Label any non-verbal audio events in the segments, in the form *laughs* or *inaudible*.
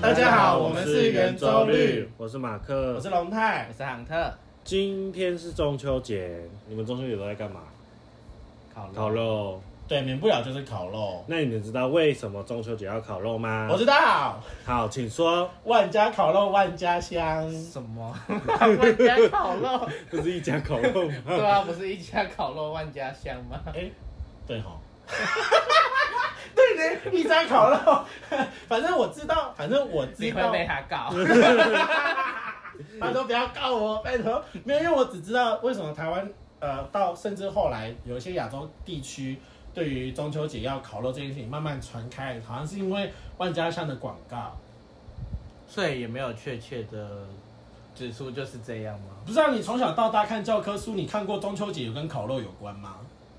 大家好，我们是圆周率，，我是马克，我是龙太我。是杭特，今天是中秋节，你们中秋节都在干嘛？烤肉烤肉。对，免不了就是烤肉。那你们知道为什么中秋节要烤肉吗？我知道，好，请说，万家烤肉万家香。什么？万家烤肉？不是一家烤肉吗？ *laughs* 对啊，不是一家烤肉万家香 *laughs* 吗？哎，对哈。 *laughs* 对呢，一家烤肉，反正我知道，反正我知你道会。被他告。他说不要告我，拜托。没有，因为我只知道为什么台湾呃，到甚至后来有一些亚洲地区对于中秋节要烤肉这件事情慢慢传开，好像是因为万家香的广告。 *laughs* 所以也没有确切的指出就是这样吗？不知道你从小到大看教科书，你看过中秋节有跟烤肉有关吗？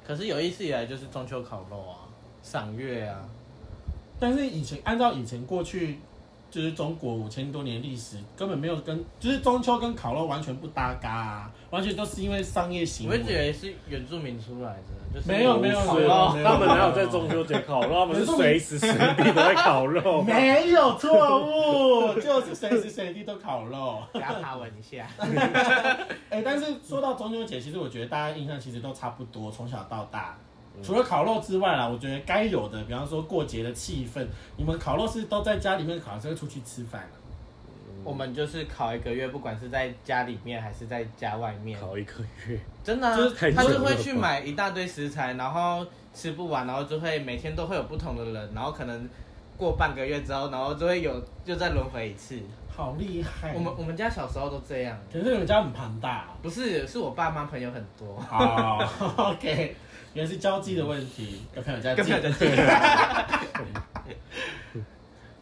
可是有一直以来就是中秋烤肉啊，赏月啊，但是以前按照以前过去，就是中国五千多年历史，根本没有跟就是中秋跟烤肉完全不搭嘎、啊，完全都是因为商业行我一直以为。为是原住民出来的，就是没有没有烤没有肉 *laughs* 没有他们哪有在中秋节烤肉？他们是随时随地都在烤肉。没有错误，就是随时随地都烤肉。给他爬文一下。嗯哎、但是说到中秋节，其实我觉得大家印象其实都差不多，从小到大。除了烤肉之外啦，我觉得该有的，比方说过节的气氛，你们烤肉是都在家里面烤，还是会出去吃饭啊？我们就是烤一个月，不管是在家里面还是在家外面，烤一个月，真的、啊，就是太他久就了会吧去买一大堆食材，然后吃不完，然后就会每天都会有不同的人，然后可能过半个月之后，然后就会有就再轮回一次。好厉哎害！我们我们家小时候都这样，可是你们家很庞大、啊。不是是我爸妈朋友很多，哦 *laughs* ，OK，原来是交际的问题，跟朋友在跟朋友在哎、见。 *laughs*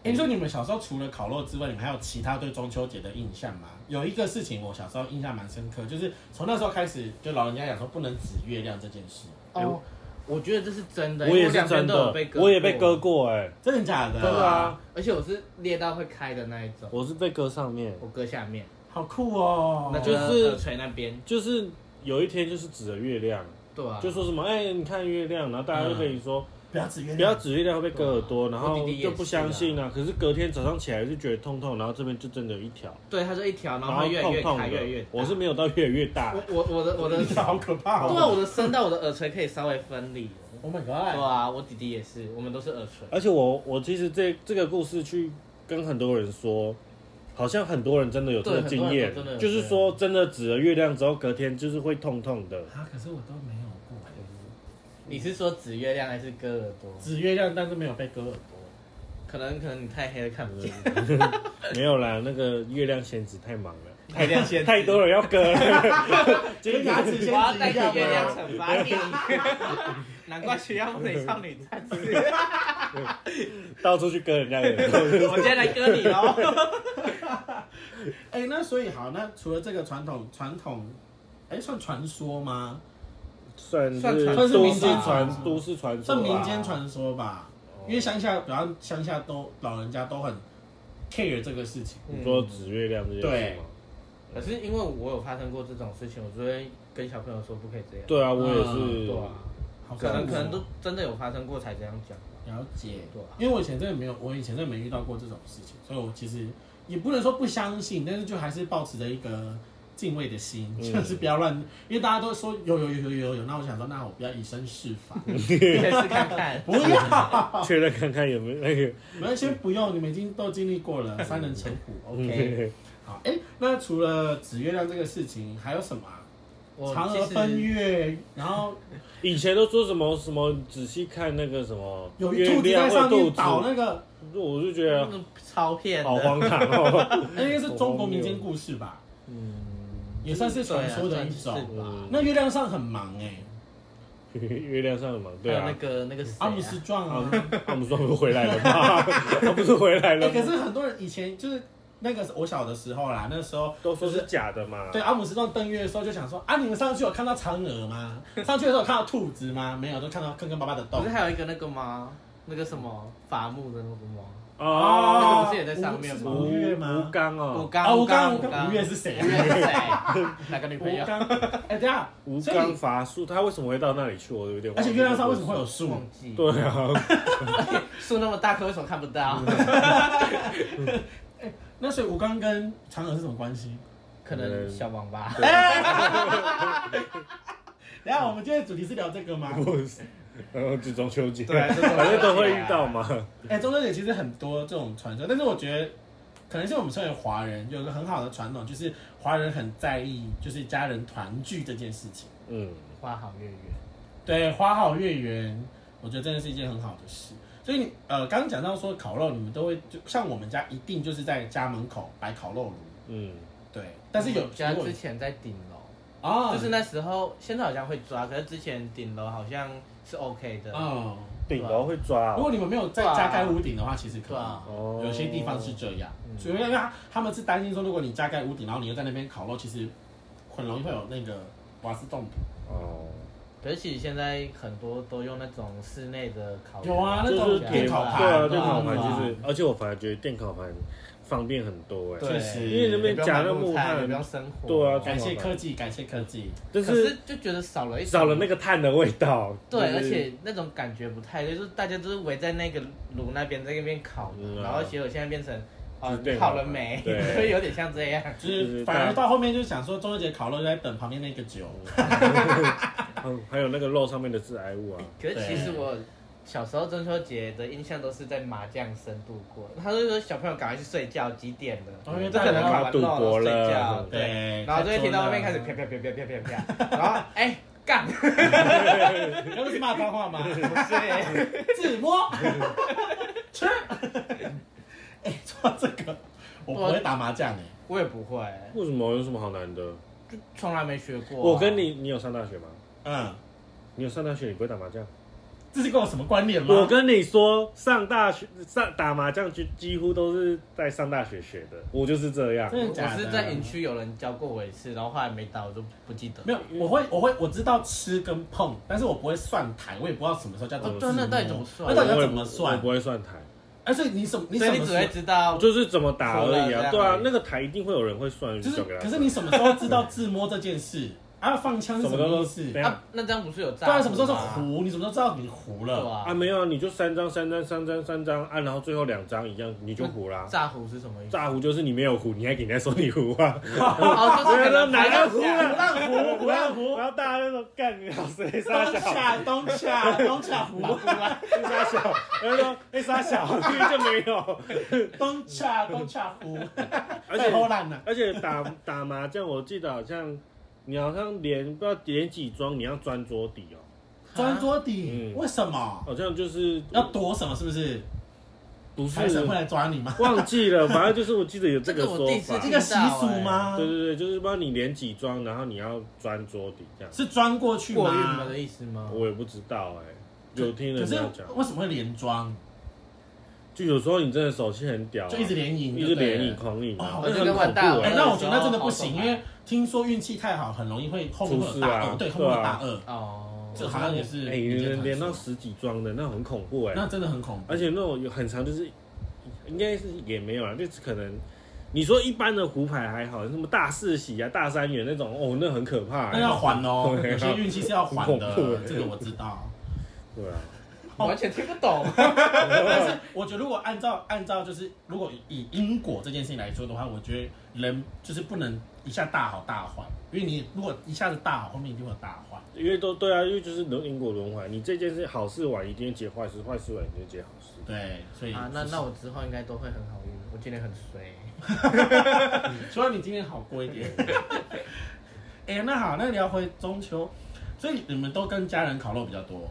诶你说你们小时候除了烤肉之外，你们还有其他对中秋节的印象吗？有一个事情我小时候印象蛮深刻，就是从那时候开始，就老人家讲说不能指月亮这件事，哦，我觉得这是真的，哎我也因为是两边真都有的被，割，我也被割，过哎、真的假的？真的啊，而且我是裂到会开的那一种，我是被割上面，我割下面，好酷哦！那就就是是耳垂那边，就是有一天就是指着月亮，对啊，就说什么哎、你看月亮，然后大家就跟你说。不要指月不要亮，指月亮会被割耳朵，然后我弟弟也就不相信啊。可是隔天早上起来就觉得痛痛，然后这边就真的有一条，对，它就一条，然然后后会越来痛越痛开的越来越大。。我是没有到越来越大我，我我的 *laughs* 我的你 *laughs* 好可怕对啊，哦我的声到我的耳垂可以稍微分离。 ！Oh my 对 god！啊，我弟弟也是，我们都是耳垂。而且我我其实这这个故事去跟很多人说，好像很多人真的有这个对经很多验人真的，有就是说真的指了月亮之后，隔天就是会痛痛 *laughs* 的。啊，可是我都没有过哎你是说指月亮还是割耳朵？指月亮，但是没有被割耳朵。可能可能你太黑了看不见。没有啦，那个月亮仙子太忙了，月亮仙子太多人要割了。 *laughs* 跟牙齿我先要指带一给下月亮吧。惩罚你。难怪学校不能少女战士。到处去割人家的耳 *laughs* 朵。我今天来割你哦。哎、那所以好，那除了这个传统传统，哎、算传说吗？算是算传算是都民市间传传说都市传说算吧，哦民间传说吧，哦因为乡下，比方乡下都老人家都很 care 这个事情。你说指月亮这件事嗯对吗？可是因为我有发生过这种事情，我就会跟小朋友说不可以这样。对啊，我也嗯是。对啊，好可能酷可哦能都真的有发生过才这样讲。了解，对啊因为我以前真的没有，我以前真的没遇到过这种事情，所以我其实也不能说不相信，但是就还是保持着一个敬畏的心，嗯就是不要乱，因为大家都说有有有有有有，那我想说，那我不要以身试 *laughs* 法，你可以试看看。不要，*laughs* *laughs* 确认看看有没有那个。没关系，不用，你们已经都经历过 *laughs* 了，三人成虎，OK。好，嗯哎、那除了指月亮这个事情，还有什么、啊？我嫦其娥实奔月，然后 *laughs* 以前都说什么什么，仔细看那个什么有一月兔子在亮上或肚面子，倒那个，我就觉得那个超骗好的。荒唐哦。 *laughs* *laughs* 那应该是中国民间故事吧，嗯，也算是传说的一对啊算是种。吧嗯那月亮上很忙哎、月亮上的嘛，对还有啊那，个那个谁啊哦阿姆斯壮啊， *laughs* 他们说不是回来了吗？他不是回来了哎，可吗？是很多人以前就是那个我小的时候啦，那时候都说是假的嘛。对，阿啊姆斯壮登月的时候就想说啊，你们上去有看到嫦娥 *laughs* 吗？上去的时候有看到兔子吗？没有，都看到坑坑巴巴的不洞是。还有一个那个吗？那个什么伐木的那个吗？那个哦不是也在上面吴吗？吴越吗吴刚吴哦，啊，刚，吴刚吴吴刚，刚吴越是谁啊吴？越是谁？哪个女朋吴友？刚，哎，等一下，吴所以刚伐树，他为什么会到那里去？我有点而忘记且月亮上为什么会有树？忘记。 *laughs* 对啊，树那么大棵，为什么看 *laughs* 不到？那所以吴刚跟嫦娥是什么关系？可能小王吧。等一下，我们今天的主题是聊这个吗？不是，然后就中秋节，对啊就中秋节啊反正都会遇到嘛。哎、中秋节其实很多这种传说，但是我觉得可能是我们身为华人有一个很好的传统，就是华人很在意就是家人团聚这件事情。嗯，花好月圆。对，花好月圆，我觉得真的是一件很好的事。所以你呃，刚刚讲到说烤肉，你们都会就像我们家一定就是在家门口摆烤肉炉，嗯，对。但是有我嗯家如果之前在顶楼，啊，就是那时候，现在好像会抓，可是之前顶楼好像是 OK 的。嗯，顶楼会抓如哦果你们没有在家盖屋顶的话，其实可对啊以。哦，有些地方是这样，嗯主要因为他他们是担心说，如果你加盖屋顶，然后你又在那边烤肉，其实很容易会有那个瓦斯中毒。哦，可是其实现在很多都用那种室内的烤有啊那哦就种是电电烤盘对啊，对电烤盘对就啊是，而且我反而觉得电烤盘方便很多哎。确对实，因为那也边不用夹买那木木炭，也炭不，用生火。哎对啊感谢科技，感谢科技。但可是是就觉得少了一种少了那个炭的味道。对，就而是且那种感觉不太对，就是大家都是围在那个炉那边在那边烤嘛嗯啊然后结果现在变成就哦是对烤了没，对所 *laughs* 以有点像这样。就是反而到后面就想说，中秋节烤肉就在等旁边那个酒。嗯，还有那个肉上面的致癌物啊，可是其实我小时候中秋节的印象都是在麻将声度过，他就说小朋友赶快去睡觉，几点了？哦因为不大可家能都烤忙完赌肉了博睡了觉，对。对，然后就会听到外面开始太啪多了啪啪啪啪啪啪，然后哎干， *laughs* 刚刚是骂脏话吗？对，自摸，吃。哎，说到这个，我不会打麻将哎。我也不会，为什么有什么好难的？就从来没学过啊。我跟你，你有上大学吗？嗯，你有上大学，你不会打麻将？这是跟我什么关联吗？我跟你说，上大学上打麻将就几乎都是在上大学学的，我就是这样。真的假我的？是在营区有人教过我一次，然后后来没打，我就不记得。没有，我会，我会，我知道吃跟碰，但是我不会算台，我也不知道什么时候叫做哦自对摸。那到底怎么算那到底要怎么我算不？会算台，而且你什么，你所什以么你只时会候？知道，就是怎么打而已除了这啊。样对啊而，已那个台一定会有人会算，就是就给，他可是算你什么时候知道自摸这件事？啊，放枪是什什么么都意思？怎对样啊，那这样不是有诈？啊，什么时候是？胡？你什么时候知道你胡对了？啊吧？没有啊，你就三张三张三张三张啊，然后最后两张一样，你就胡啦。诈胡是什么意思？炸胡就是你没有胡，你还给人家说你胡啊。哦，就是可我觉得能哪个胡胡啊烂胡，胡烂胡，然后大家那种干你老师，哎傻东下东小，下东下胡， *laughs* 哎傻小，然后说哎傻小， *laughs* 这个就没有。东下东下胡，而被胡且烂了。而且打打麻将，我记得好像你好像连不知道连几庄，你要钻桌底哦，钻桌底，嗯为什么？好像就是要躲什么？是不是？不财神会是来抓你吗？忘记了，反正就是我记得有这个这个我说第一次法这听。个习俗吗？哎对对对，就是不知道你连几庄，然后你要钻桌底这样，是钻过去过运吗的？意思吗？我也不知道哎、有听可人是家讲，为什么会连装？就有时候你真的手气很屌啊、就一直连赢，一直对不对连你。狂赢啊，哦那我觉很得恐完怖蛋了哎欸，那我觉得那真的不行，哦因为听说运气太好，很容易会后面会有大出事二，啊对，后面会有大二，哦，这好像也是哎、一件连连传到说十几庄的那很恐怖哎、那真的很恐怖。而且那种有很长就是，应该是也没有啦，就是可能你说一般的胡牌还好，什么大四喜啊、大三元那种，哦，那很可怕、那欸，要还哦，对啊有些运气是要还很恐怖欸的，这个我知道。对 *laughs* 啊，完全听不懂。但是我觉得，如果按照按照就是，如果以因果这件事情来说的话，我觉得人就是不能一下大好大坏，因为你如果一下子大好，后面一定会有大坏。因为都对啊，因为就是轮因果轮回，你这件事好事晚一定会结坏事，坏事晚一定会结好事。对，所以啊，那那我之后应该都会很好运，我今天很衰。希望你今天好过一点。 *laughs* 哎、那好，那聊回中秋，所以你们都跟家人烤肉比较多。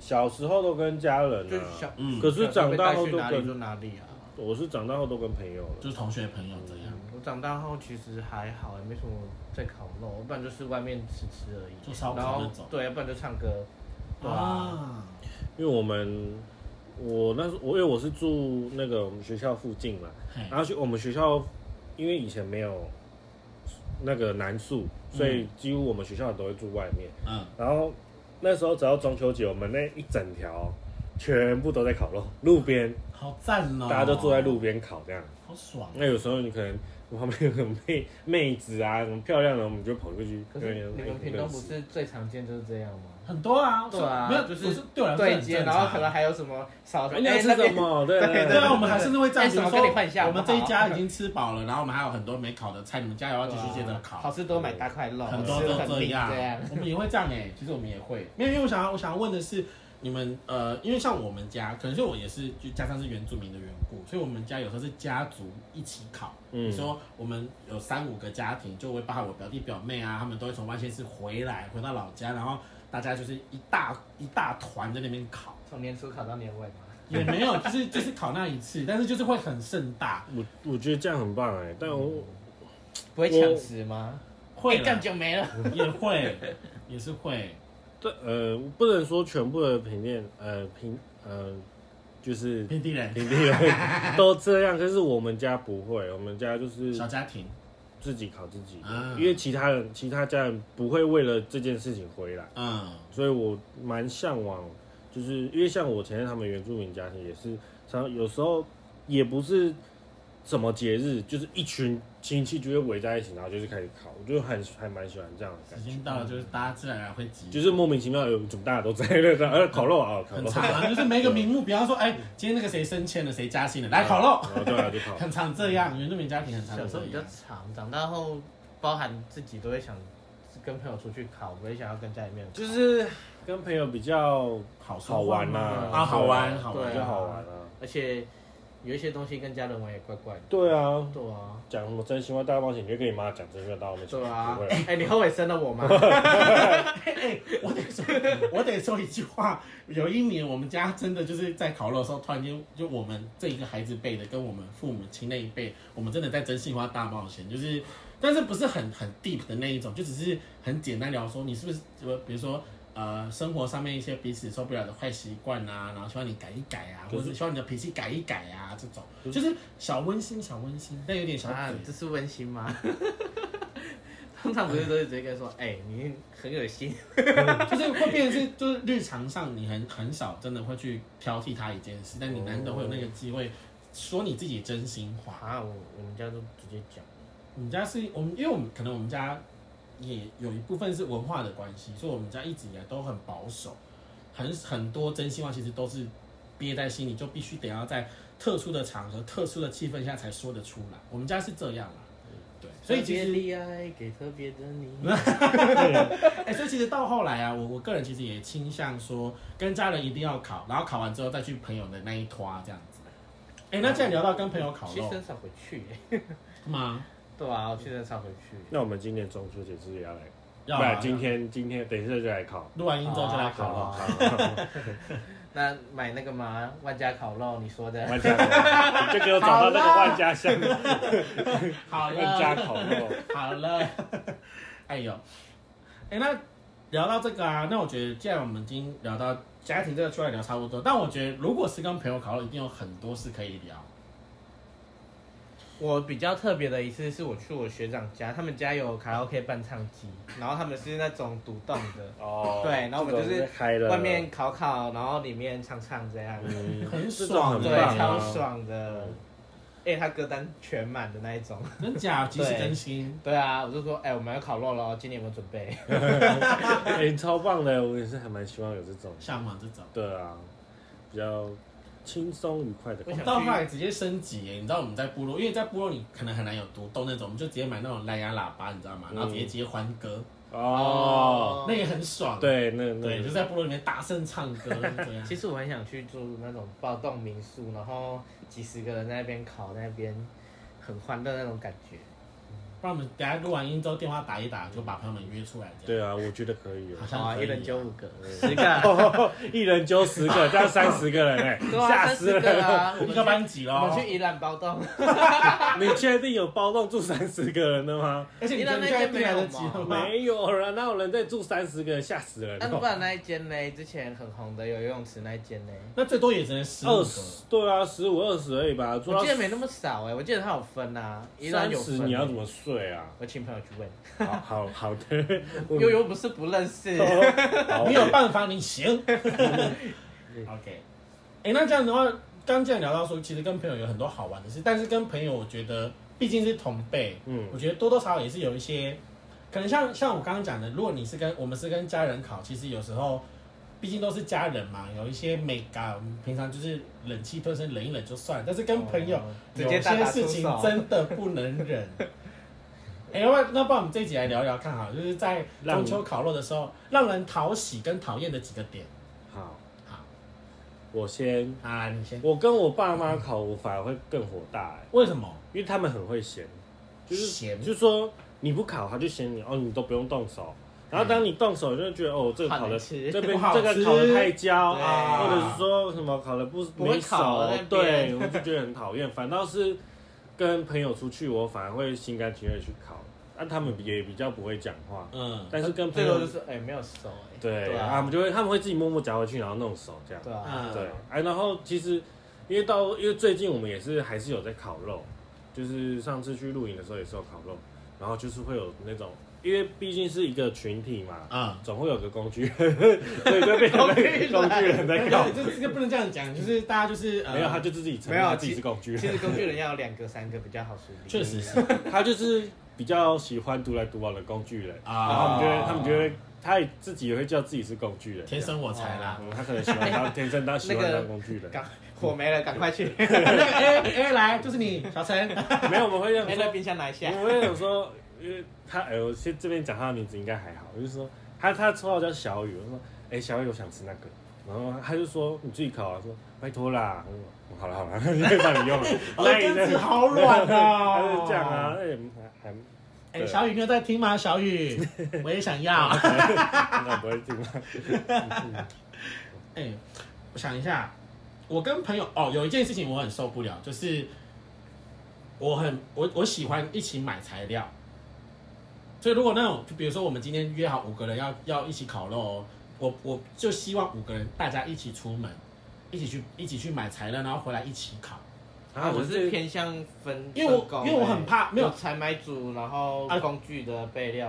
小时候都跟家人就是啊，小，嗯，可是长大后被都带去哪里就跟，哪里啊。我是长大后都跟朋友了。就是同学朋友这样，我长大后其实还好，也没什么在烤肉，不然就是外面吃吃而已。做烧烤然后那种对，要不然就唱歌。对啊，啊，因为我们我那时候我因为我是住那个我们学校附近嘛，嘿然后去我们学校，因为以前没有那个男宿，所以几乎我们学校都会住外面。嗯，然后那时候只要中秋节，我们那一整条全部都在烤肉，路边好赞哦！大家都坐在，路边烤这样。好爽。啊那有时候你可能旁边有个妹妹子啊，什么漂亮的，我们就跑过去可跟是人你家们屏东不是最常见就是这样吗？很多啊，对啊没有，就是我对我来说对很接，正然常后可能还有什么少哎你要吃什？么？对对对啊，对我们还甚至会这样，哎比如什么跟你换一下说我好不们好这一家已经吃饱了，然后我们还有很多没烤的菜，你们加油那要边继续接着啊好烤。吃多买大块肉，很多吃都很这腻样这样，我们也会这样哎，其实我们也会，没有，因为我想要我想要问的是，你们呃，因为像我们家，可能是我也是就加上是原住民的缘故，所以我们家有时候是家族一起烤。你嗯，说我们有三五个家庭，就会包含我表弟表妹啊，他们都会从外县市回来，回到老家，然后大家就是一大一大团在那边烤，从年初烤到年尾嘛。也没有， *laughs* 就是就是烤那一次，但是就是会很盛大，我我觉得这样很棒哎，但我不会抢食吗？会哎啦干久没了。也会， *laughs* 也是会，对呃，不能说全部的平面呃平呃就是遍地人，平地 *laughs* 人都这样，可是我们家不会，我们家就是小家庭，自己烤自己的啊，因为其他人其他家人不会为了这件事情回来。嗯，所以我蛮向往，就是因为像我前任他们原住民家庭也是，常有时候也不是什么节日，就是一群亲戚就会围在一起，然后就是开始烤，我就很还蛮喜欢这样的时感觉，间到了就是大家自然而然会集，就是莫名其妙有怎么大家都在那个，呃，烤肉啊，烤很肉，长啊，就是没个名目，比方说，哎，今天那个谁升迁了，谁加薪了，来烤肉，然后对啊，就烤。很常这样，原住民家庭很常小时这候比较样，长，长大后包含自己都会想跟朋友出去烤，不会想要跟家里面烤。就是跟朋友比较好说好玩话呐、嘛啊啊，好玩，对啊好对玩比较好玩啊，而且有一些东西跟家人玩也怪怪的。对啊，对啊，讲什么真心话大冒险，你就跟你妈讲真心话大冒险，对啊不会。。哎、你后悔生了我吗？哎、哎，我得说，我得说一句话。有一年，我们家真的就是在烤肉的时候，突然间就我们这一个孩子辈的，跟我们父母亲那一辈，我们真的在真心话大冒险，就是，但是不是很很 deep 的那一种，就只是很简单聊说，你是不是，比如说。呃，生活上面一些彼此受不了的坏习惯啊，然后希望你改一改啊，可或是者是希望你的脾气改一改啊，这种可就是小温馨，小温馨，但有点小嘴。啊，这是温馨吗？ *laughs* 通常不是都是直接跟他说，哎、你很恶心。就是会变成是，就是日常上你很很少真的会去挑剔他一件事，但你难得会有那个机会说你自己真心话。啊，我我们家都直接讲。我们家是我们，因为我们可能我们家也有一部分是文化的关系，所以我们家一直以来都很保守，很很多真心话其实都是憋在心里，就必须得要在特殊的场合、特殊的气氛下才说得出来。我们家是这样啦，啊对，所以其实特别厉害，给特别的你。 *laughs* 哎、所以其实到后来啊，我我个人其实也倾向说，跟家人一定要烤，然后烤完之后再去朋友的那一拖这样子。哎、那既然聊到跟朋友烤其实肉很少回去、吗？对啊，我其实很少回去。那我们今年中秋节是不是也要来要不啊然今天啊今天等一下就来 *laughs* 烤。录完音之后就来烤肉。哦那买那个嘛，万家烤肉，你说的。万家烤肉，你就给我找到那个万家香，好万啊家了，烤肉。好了。 *laughs* 哎呦，哎、那聊到这个啊，那我觉得既然我们已经聊到家庭这个出来聊差不多，但我觉得如果是跟朋友烤肉，一定有很多事可以聊。我比较特别的一次是我去我学长家，他们家有卡拉 OK 伴唱机，然后他们是那种独栋的，哦对然后我们就是开了外面，烤烤，然后里面唱唱这样，嗯很这种爽很对，棒啊超爽的。哎、他歌单全满的那一种。 *laughs* 真假及时对更新，对啊，我就说，哎、我们要烤肉了，今年有没有准备？ *laughs* 哎，超棒的，我也是还蛮希望有这种，像吗？这种。对啊，比较轻松愉快的烤我。想到后来直接升级欸耶，你知道我们在部落，因为在部落你可能很难有独栋那种，我们就直接买那种蓝牙喇叭，你知道吗？然嗯后直接接欢歌，哦，那也很爽。对，那那嗯对，就在部落里面大声唱 *laughs* 歌，这样其实我很想去住那种暴动民宿，然后几十个人在那边烤，在那边很欢乐那种感觉。不然我们等下录完音之后电话打一打，就把朋友们约出来，这样对啊，我觉得可以哦好。好像啊，可以一人揪五个，十个，啊哦 *laughs* 一人揪十个，这样三十个人哎， *laughs* 对啊，吓三死十个人！啊，我一们个去班级我咯们。去宜兰包 *laughs* 栋，你确定有包栋住三十个人的吗？而且你宜觉兰得那现在订边来没有得及吗了吗？没有人，哪有人在住三十个人？吓死人那哦！不然那一间呢？之前很红的有游泳池那一间呢？那最多也只能十五二个。十，对啊，十五二十而已吧，做我到记得没那么少哎，我记得它有分啊，宜兰三有十分欸。你要怎么睡 *laughs* 啊？我请朋友去问，好好好的，悠悠 *laughs* 不是不认识，*laughs* 好你有办法，你行。OK，哎、那这样的话，刚既然聊到说，其实跟朋友有很多好玩的事，但是跟朋友，我觉得毕竟是同辈，嗯我觉得多多少少也是有一些，可能像像我刚刚讲的，如果你是跟我们是跟家人考，其实有时候毕竟都是家人嘛，有一些美感，我们平常就是忍气吞声忍一忍就算了，但是跟朋友、哦直接有大些打事出情手，真的不能忍。哎、要不然那不然我们这一集来聊聊看好了，就是在让中秋烤肉的时候，让人讨喜跟讨厌的几个点。好，好，我先，啊，你先。我跟我爸妈考，我反而会更火大、欸，为什么？因为他们很会嫌，就是嫌就是说你不考他就嫌你哦，你都不用动手。然后当你动手，就会觉得哦，这个好烤的难吃这边不好这吃个烤的太焦，对或者啊是说什么烤的不会没熟烤的那，对，边 *laughs* 我就觉得很讨厌。反倒是跟朋友出去，我反而会心甘情愿去烤，那他们也比较不会讲话。嗯，但是跟朋最多友就是哎没有熟哎，对，啊啊他们就会他们会自己默默夹回去，然后弄熟这样。对啊嗯，对，哎，然后其实因为到因为最近我们也是还是有在烤肉，就是上次去露营的时候也是有烤肉，然后就是会有那种，因为毕竟是一个群体嘛，啊，总会有个工具人，对，会变成那个工具人在没烤有，。这这个不能这样讲，就是大家就是呃，没有，他就自己承没认有他自己其是工具其人，实工具人要有两个三个比较好处理，确实是啊他就是比较喜欢独来独往的工具人，啊然后他们觉得他们觉得他也自己也会叫自己是工具人，天生我材啦。嗯，他可能喜欢当天生当喜欢当工具人，赶 *laughs* 火没了，赶快 *laughs* 去，那个哎哎，来，就是你，小 *laughs* 陈。没有，我们会这样哎，说那冰箱拿一下，我也有说，因为他，哎、我先这边讲他的名字应该还好，我就说他他绰号叫小雨，我说，哎、小雨，我想吃那个，然后他就说你自己烤啊，说拜托啦，我说哦好了好了，就让你用了，耳根子好软啊 *laughs* 他就这样啊，那也还哎，小雨，你有在听吗？小 *laughs* 雨，我也想要。还那不会听吗？哎、我想一下，我跟朋友哦，有一件事情我很受不了，就是我很我我喜欢一起买材料，所以如果那种就比如说我们今天约好五个人要要一起烤肉、哦，我我就希望五个人大家一起出门，一起去一起去买材料，然后回来一起烤。啊，我我是是偏向分，因为我分工因为我欸很怕没有采买组，然后啊工具的备料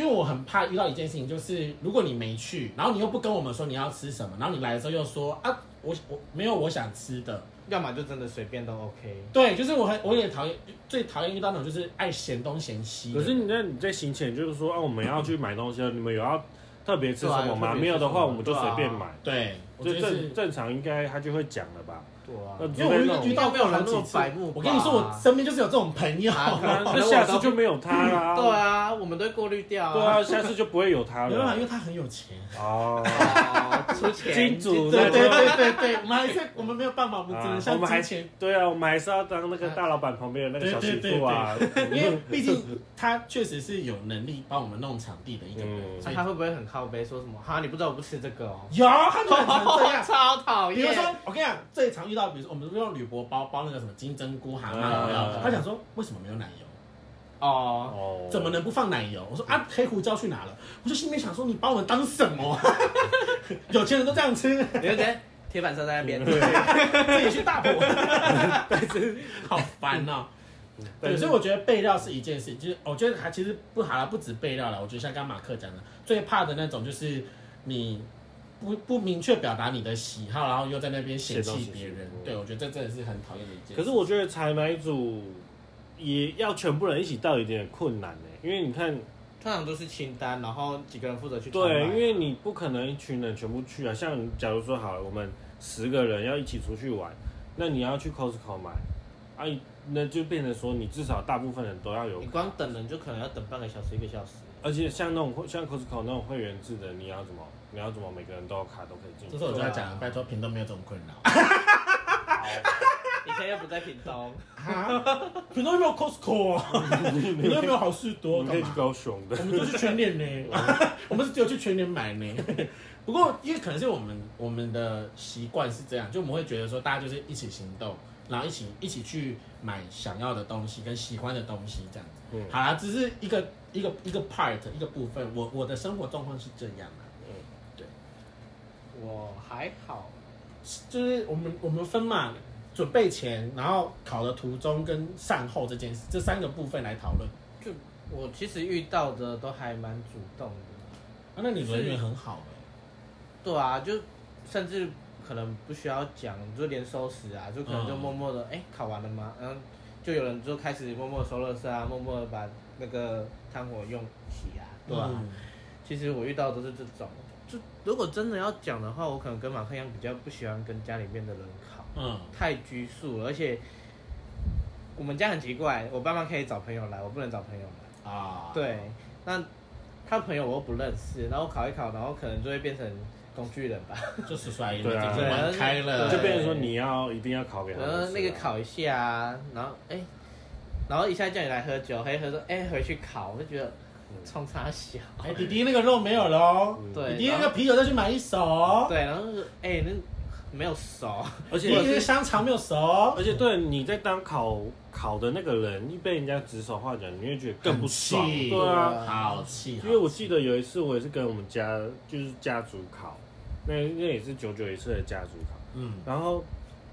因为我很怕遇到一件事情，就是如果你没去，然后你又不跟我们说你要吃什么，然后你来的时候又说啊，我我没有我想吃的，要么就真的随便都 OK。对，就是我很我也讨厌，最讨厌遇到那种就是爱嫌东嫌西的。可是你在你在行前就是说啊，我们要去买东西了，你们有要特别吃什么对啊有特别吃吗？什么没有的话，我们就随便对买。对，我觉这得是正，正常应该他就会讲了吧？对啊那因为除非那我种遇遇到应该没有好人几那么次白目吧我跟你说，我身边就是有这种朋友，啊没那下次就没有他啦。对啊，我们都会过滤掉对啊，下次就不会有他办法，因为了。他很有钱。哦，啊，出 *laughs* 钱啊金主对对对对对，我们还是我们没有办法，我 *laughs* 们只能啊我像们还之前，对啊，我们还是要当那个大老板旁边的那个小媳妇啊。因为毕竟他确实是有能力帮我们弄场地的一个人，嗯所那以他会不会很靠背说什么？哈，你不知道我不吃这个哦，有他 *laughs* 就很常这样。 *laughs* 超哦讨比如厌。说，我跟你讲，最常遇到，比如说我们用铝箔包包那个什么金针菇啊蛤蟆有没有嗯？他想说为什么没有奶油？哦， *laughs* 哦怎么？能不放奶油？我说啊，黑胡椒去哪了？我就心里面想说，你把我们当什么？ *laughs* 有钱人都这样吃，你就觉得铁板烧在那边，自己去大 *laughs* 补。但是 *laughs* 好烦哦、对，所以我觉得备料是一件事，就是我觉得还其实不好了，不止备料了。我觉得像刚马克讲的，最怕的那种就是你不不明确表达你的喜好，然后又在那边嫌嫌东弃嫌西别人嗯。对，我觉得这真的是很讨厌的一件事。可是我觉得采买组也要全部人一起到有点困难呢，欸因为你看，通常都是清单，然后几个人负责去对，传嘛因为你不可能一群人全部去啊。像假如说好了，我们十个人要一起出去玩，那你要去 Costco 买，啊，那就变成说你至少大部分人都要有你光等人就可能要等半个小时一个小时，而且像那种会像 Costco 那种会员制的，你要怎么，你要怎么每个人都有卡都可以进这去时？候我就要对啊讲，拜托屏东没有这种困扰。以前又不在屏东，啊，屏东有没有 Costco *laughs* 啊？ *laughs* 屏东有没有好事我多？们可干以去嘛？高雄的我。们都去全年 *laughs* 呢，我们是只有去全年买呢。不过，因为可能是我们我们的习惯是这样，就我们会觉得说，大家就是一起行动，然后一起一起去买想要的东西跟喜欢的东西这样子。嗯好啦，只是一个一个一个 part 一个部分，我我的生活状况是这样啊，我还好，就是我们我们分嘛，准备前，然后考的途中跟善后这件事，这三个部分来讨论。就我其实遇到的都还蛮主动的。啊啊，那你人缘很好、欸。对啊，就甚至可能不需要讲，就连收拾啊，就可能就默默嗯的，哎、烤完了吗？然后就有人就开始默默地收垃圾啊，默默的把那个炭火用起啊，对吧、嗯其实我遇到的都是这种，就如果真的要讲的话，我可能跟马克一样，比较不喜欢跟家里面的人烤，嗯太拘束了，而且我们家很奇怪，我爸妈可以找朋友来，我不能找朋友来。啊，对，那他朋友我又不认识，然后考一考，然后可能就会变成工具人吧。就十甩一对啊已经玩开了，就变成说你要一定要考给他然们吃啊、后呃那个烤一下啊，然后哎、然后一下叫你来喝酒，嘿，喝说哎、回去烤，我就觉得嗯冲差小。哎，弟弟那个肉没有了哦，嗯对弟弟那个啤酒再去买一手哦，对，然后就说哎、那没有熟，而弟弟那且个香肠没有熟哦，而且对你在当烤烤的那个人，一被人家指手画脚，你会觉得更不爽。很气对啊，好气，因为我记得有一次我也是跟我们家就是家族烤，那那也是久久一次的家族烤，嗯，然后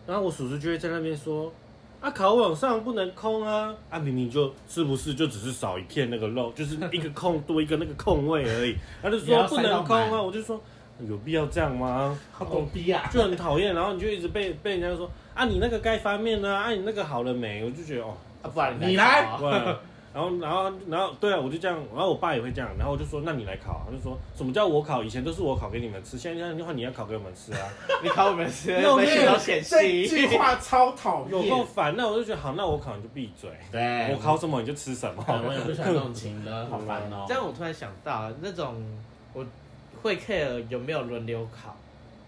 然后我叔叔就会在那边说。啊，烤网上不能空啊！啊，明明就是不是就只是少一片那个肉，就是一个空多一个那个空位而已。他就也说要不塞到能空啊，满我就说有必要这样吗？好逗逼啊，就很讨厌，然后你就一直被被人家说啊，你那个该翻面呢、啊，你那个好了没？我就觉得 *laughs* 哦，啊、不然你来来烤啊不然然后然后然后对啊，我就这样，然后我爸也会这样，然后我就说那你来烤啊，他就说什么叫我烤？以前都是我烤给你们吃，现在的话你要烤给我们吃啊，你考我们是我没学到显这戏。句话超讨有够厌，烦。那我就觉得好，那我烤你就闭嘴，对我烤什么你就吃什么。哎我也不喜欢这种情的，好烦哦。 *laughs* 这样我突然想到，那种我会 care 有没有轮流烤。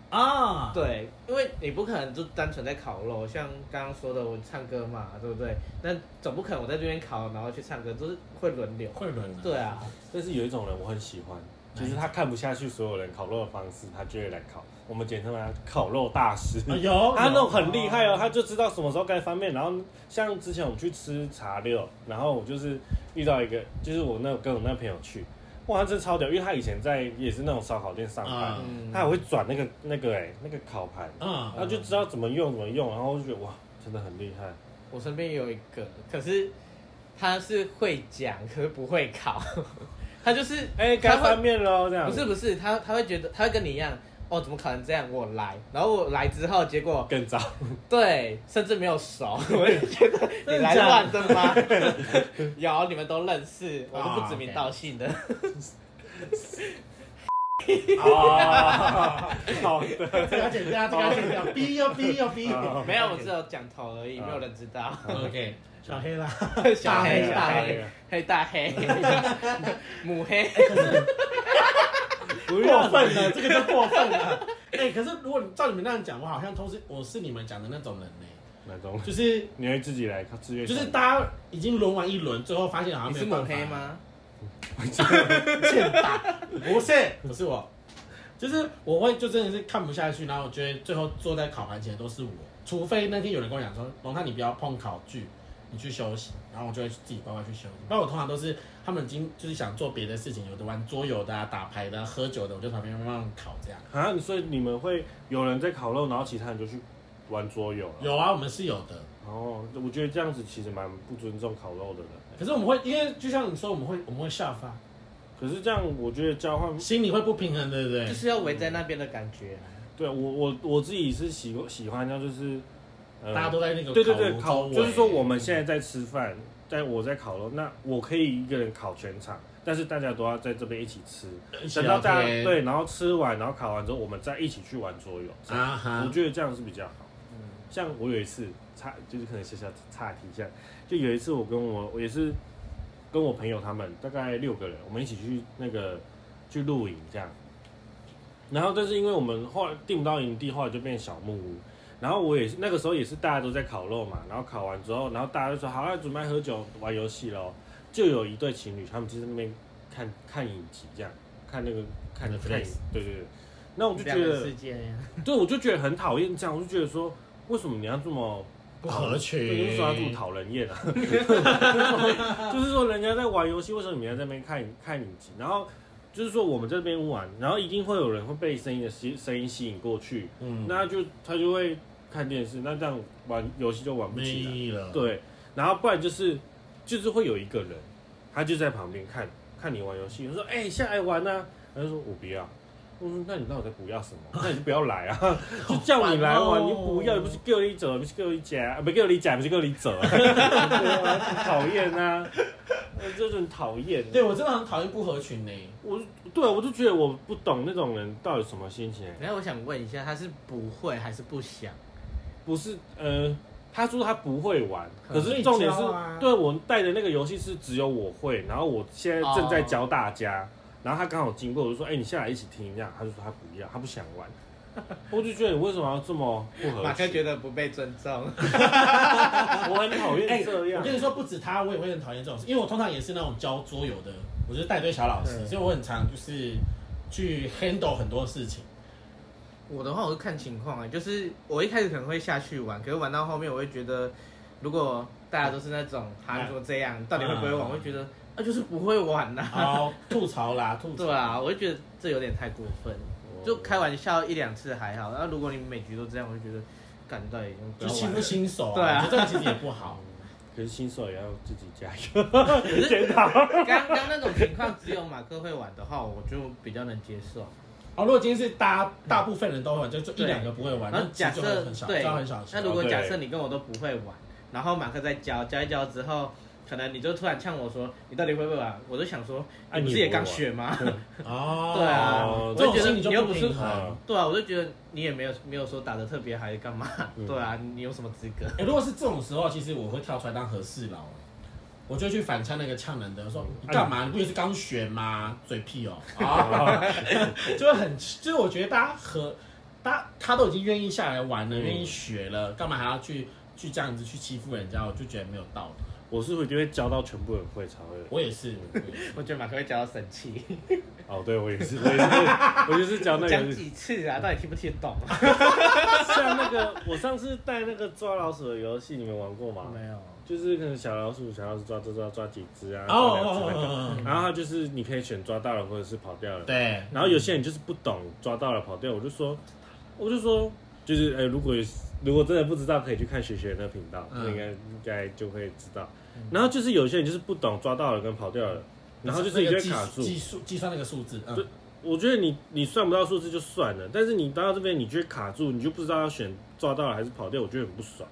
啊，对，因为你不可能就单纯在烤肉，像刚刚说的，我唱歌嘛，对不对？那总不可能我在这边烤，然后去唱歌，就是会轮流。会轮啊，对啊， *laughs* 但是有一种人我很喜欢，就是他看不下去所有人烤肉的方式，他就会来烤。我们简称他烤肉大师。啊有他那种有很厉害哦，他就知道什么时候该翻面。然后像之前我们去吃茶六，然后我就是遇到一个，就是我那跟我那朋友去，哇，他真的超屌，因为他以前在也是那种烧烤店上班，嗯嗯，他还会转那个那个哎、那个烤盘，嗯他就知道怎么用怎么用，然后我就觉得哇，真的很厉害。我身边有一个，可是他是会讲，可是不会烤， *laughs* 他就是哎，该翻面喽，这样不是不是，他他会觉得他会跟你一样，哦，怎么烤成这样？我来，然后我来之后，结果更 *laughs* 糟，对，甚至没有 *laughs* 熟，我也觉得你来乱的吗？有，你们都认识，我都不指名道姓的。啊，好的， *laughs* 这个要剪掉，这个要剪掉，逼要逼要逼。啊哦没有，我只有讲头而已，啊没有人知道。 *laughs* OK，小黑啦，小哎黑，啊大大黑黑，黑大黑， *laughs* 母黑，不过要分了，这个就过分 *laughs* 了。哎，可是如果你照你们那样讲，我好像都是我是你们讲的那种人呢，哪种？就是你会自己来烤自愿？就是大家已经轮完一轮，最后发现好像你没是有办母法黑？吗？欠打，不是不是我，就是我会就真的是看不下去，然后我觉得最后坐在烤盘前的都是我，除非那天有人跟我讲说，龙泰你不要碰烤具，你去休息，然后我就会自己乖乖去休息。不然我通常都是他们已经就是想做别的事情，有的玩桌游的啊，打牌的啊、喝酒的，我就旁边慢慢烤这样。啊，所以你们会有人在烤肉，然后其他人就去玩桌游了。有啊，我们是有的。哦，我觉得这样子其实蛮不尊重烤肉的人。可是我们会，因为就像你说，我们会我们会下发，可是这样，我觉得交换，心里会不平衡，对不对就？是要围在那边的感觉啊。对我我我自己是喜喜欢这样，就是、呃大家都在那个对对对炉烤，周围就是说我们现在在吃饭，在我在烤肉，那我可以一个人烤全场，但是大家都要在这边一起吃，一起等到聊大家天对，然后吃完，然后烤完之后，我们再一起去玩桌游。啊我哈，觉得这样是比较好。嗯，像我有一次差，就是可能小小岔题一下，就有一次我跟我我也是跟我朋友他们大概六个人，我们一起去那个去露营这样。然后，但是因为我们后来订不到营地，后来就变小木屋。然后我也是那个时候也是大家都在烤肉嘛，然后烤完之后，然后大家就说好要准备喝酒玩游戏喽。就有一对情侣，他们就在那边看看影集这样，看那个看看影 Netflix，对对对。那我就觉两个得世界呀。对，我就觉得很讨厌这样，我就觉得说，为什么你要这么不合对，群，为什么要这么讨人厌啊？ *laughs* 就是说，人家在玩游戏，为什么你要在那边看看影集？然后就是说，我们这边玩，然后一定会有人会被声音的吸声音吸引过去，嗯，那就他就会看电视，那这样玩游戏就玩不没起来。意义了。对，然后不然就是就是会有一个人，他就在旁边看看你玩游戏，我说哎、下来玩啊，他就说我不要，我说那你到底在不要什么？那你就不要来啊！就叫你来好嘛，烦哦你不要，又不是给你走，不是给你夹，啊不给你夹，不是给你走，对啊很 *laughs* 讨厌啊！我就是很讨厌。对我真的很讨厌不合群呢、我对我就觉得我不懂那种人到底什么心情，然后我想问一下，他是不会还是不想？不是呃，他说他不会玩，可嗯是重点是可以教啊，对我带的那个游戏是只有我会，然后我现哦在正在教大家，然后他刚好经过，我就说，哎，你下来一起听这样，他就说他不要，他不想玩， *laughs* 我就觉得你为什么要这么不合马克群？觉得不被尊重，我很讨厌这我样跟。你说，不止他，我也会很讨厌这种事，因为我通常也是那种教桌游的，我就是带队小老师，嗯所以我很常就是去 handle 很多事情。我的话，我是看情况啊、就是我一开始可能会下去玩，可是玩到后面，我会觉得，如果大家都是那种他说这样，到底会不会玩？嗯我会觉得啊，就是不会玩呐、然后吐槽啦，吐 *laughs* 槽。 *laughs* 对啊，我会觉得这有点太过分，哦就开玩笑一两次还好，然后啊如果你每局都这样，我就觉得，感到已经不就要欺玩负了。新手、对啊我觉得这样其实也不好。可是新手也要自己加油，可是检讨。刚刚那种情况，只有马克会玩的话，我就比较能接受。哦，如果今天是大大部分人都会玩，就就一对两个不会玩，那然后假其实就会设很小，对就要很小，心那。如果啊哦对假设你跟我都不会玩，然后马克在教教一教之后，可能你就突然呛我说你到底会不会玩？我就想说，啊你不你是也也不刚玩学吗？哦，对啊我这就种觉得心理就你又不不是平衡嗯。 *laughs* 对啊，我就觉得你也没有没有说打的特别还干嘛？嗯对啊，你有什么资 *laughs* 格？哎、如果是这种时候，其实我会跳出来当和事佬，我就去反呛那个呛人的，我说你干嗯嘛？你不也是刚学吗？嘴屁 *laughs* 哦、啊，哦就会很，就是我觉得大家和大他都已经愿意下来玩了，嗯愿、意学了，干嘛还要去去这样子去欺负人家？我就觉得没有道理。我是会就会教到全部人会才会。我也是，我也是我觉得马克会教到生气，哦，对我也是，我也是，我就是 *laughs* 教那嗯个讲几次啊？到底听不听得懂 *laughs* 啊？像那个，我上次带那个抓老鼠的游戏，你们玩过吗？没有，就是可能小老鼠，小老鼠抓抓抓抓几只啊，哦抓两哦只那个。哦哦，然后它就是你可以选抓到了或者是跑掉了哦。对，然后有些人就是不懂抓到了跑掉，我就说，我就说，就是哎、如果有如果真的不知道，可以去看学学那频道，嗯应该应该就会知道。然后就是有些人就是不懂抓到了跟跑掉了，然后就是你那个就会计卡住。计数计算那个数字，嗯对，我觉得你你算不到数字就算了，但是你达到这边你就会卡住，你就不知道要选抓到了还是跑掉，我觉得很不爽。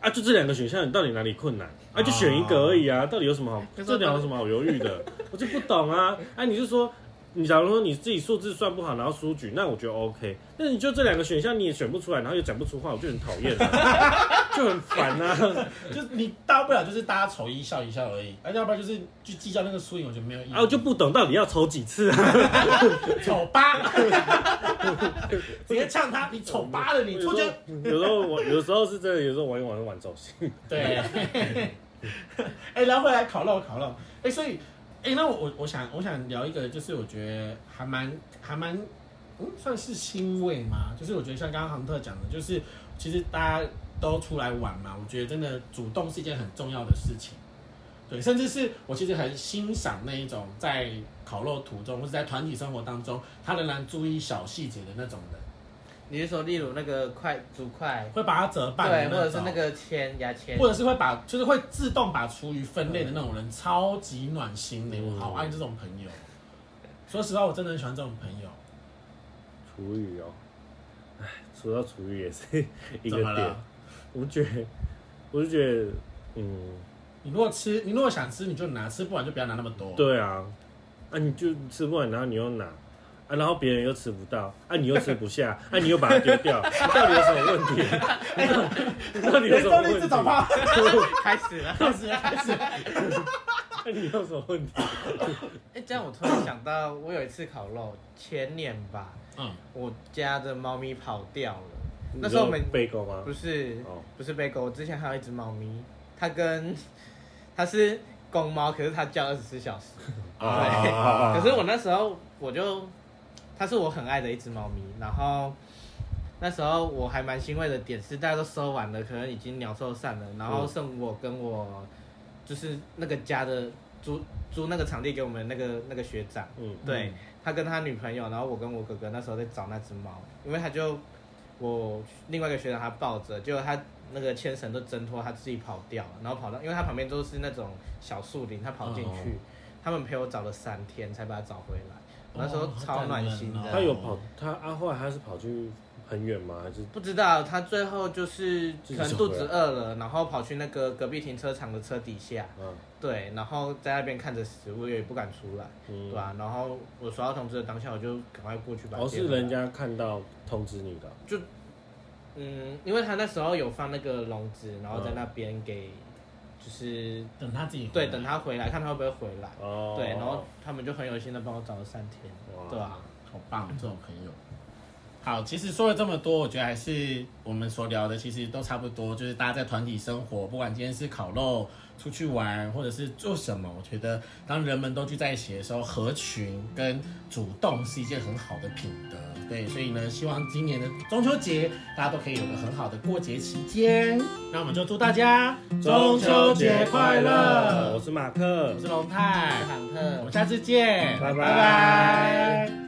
啊，就这两个选项，你到底哪里困难？啊，就选一个而已啊，到底有什么好？可是这我两有什么好犹豫的？ *laughs* 我就不懂啊！啊，你就说，你假如说你自己数字算不好，然后输局，那我觉得 OK。但是你就这两个选项你也选不出来，然后又讲不出话，我就很讨厌、啊， *laughs* 就很烦啊！就是你大不了就是大家丑一笑一笑而已，啊，要不然就是去计较那个输赢，我觉得没有意义。啊，我就不懂到底要抽几次啊！丑 *laughs* 八， *laughs* 直接呛他，你丑八了，你有出时去候。有时候我有时候是真的，有时候玩一玩会玩走心。对， *laughs* 哎、然后回来烤肉，烤肉，哎、所以，哎、那我我我想我想聊一个，就是我觉得还蛮还蛮，嗯，算是欣慰嘛，就是我觉得像刚刚杭特讲的，就是其实大家都出来玩嘛，我觉得真的主动是一件很重要的事情。对，甚至是我其实很欣赏那一种在烤肉途中或者在团体生活当中，他仍然注意小细节的那种人，你是说例如那个快竹筷，会把它折半对，的或那者是种那，个签牙签或，者是会把，就是会自动把厨余分类的嗯那种人，超级暖心的，我好爱这种朋友。说实话，我真的很喜欢这种朋友。厨余哦，哎，说到厨余也是一个怎么点了，？我觉得，我就觉得，嗯，你如果吃，你如果想吃，你就拿，吃不完就不要拿那么多。对啊，啊，你就吃不完，然后你又拿，啊，然后别人又吃不到，啊，你又吃不下，啊，你又把它丢掉，你到底有什么问题？你到底有人什么中问力题？这种话，开始了。开 *laughs* 始开始。那 *laughs* 你有什么问题？哎，这样我突然想到，我有一次烤肉，前年吧，嗯，我家的猫咪跑掉了。那时候我们你说背沟吗不？是哦，不是贝狗，我之前还有一只猫咪，它跟 *laughs* 它是公猫，可是它叫二十四小时。啊哎可是我那时候我就，它是我很爱的一只猫咪，然后那时候我还蛮欣慰的点是，大家都收完了，可能已经鸟兽散了，然后嗯剩我跟我就是那个家的租租那个场地给我们那个那个学长，嗯，对嗯他跟他女朋友，然后我跟我哥哥那时候在找那只猫，因为他就我另外一个学长他抱着，结果他那个牵绳都挣脱，他自己跑掉了，然后跑到因为他旁哦边都是那种小树林，他跑进去，他们陪我找了三天才把它找回来，那时候哦好超感暖人心的哦他有跑，他啊，后来他是跑去很远吗？还是不知道他最后就是自可己能走肚回子来饿了，然后跑去那个隔壁停车场的车底下，嗯对，然后在那边看着食物，也不敢出来，嗯对吧、然后我收到通知的当下，我就赶快过去把。哦，是人。家看到通知你的，嗯，因为他那时候有放那个笼子，然后在那边给，就是等他自己对，等他回来，看他会不会回来。哦，对，然后他们就很有心的帮我找了三天，哇对啊，好棒，这种朋友。好，其实说了这么多，我觉得还是我们所聊的其实都差不多，就是大家在团体生活，不管今天是烤肉、出去玩，或者是做什么，我觉得当人们都聚在一起的时候，合群跟主动是一件很好的品德。对，所以呢，希望今年的中秋节大家都可以有个很好的过节期间。那我们就祝大家中秋节快乐我！是马克我，是龙太，忐忑。我们下次见，拜拜拜拜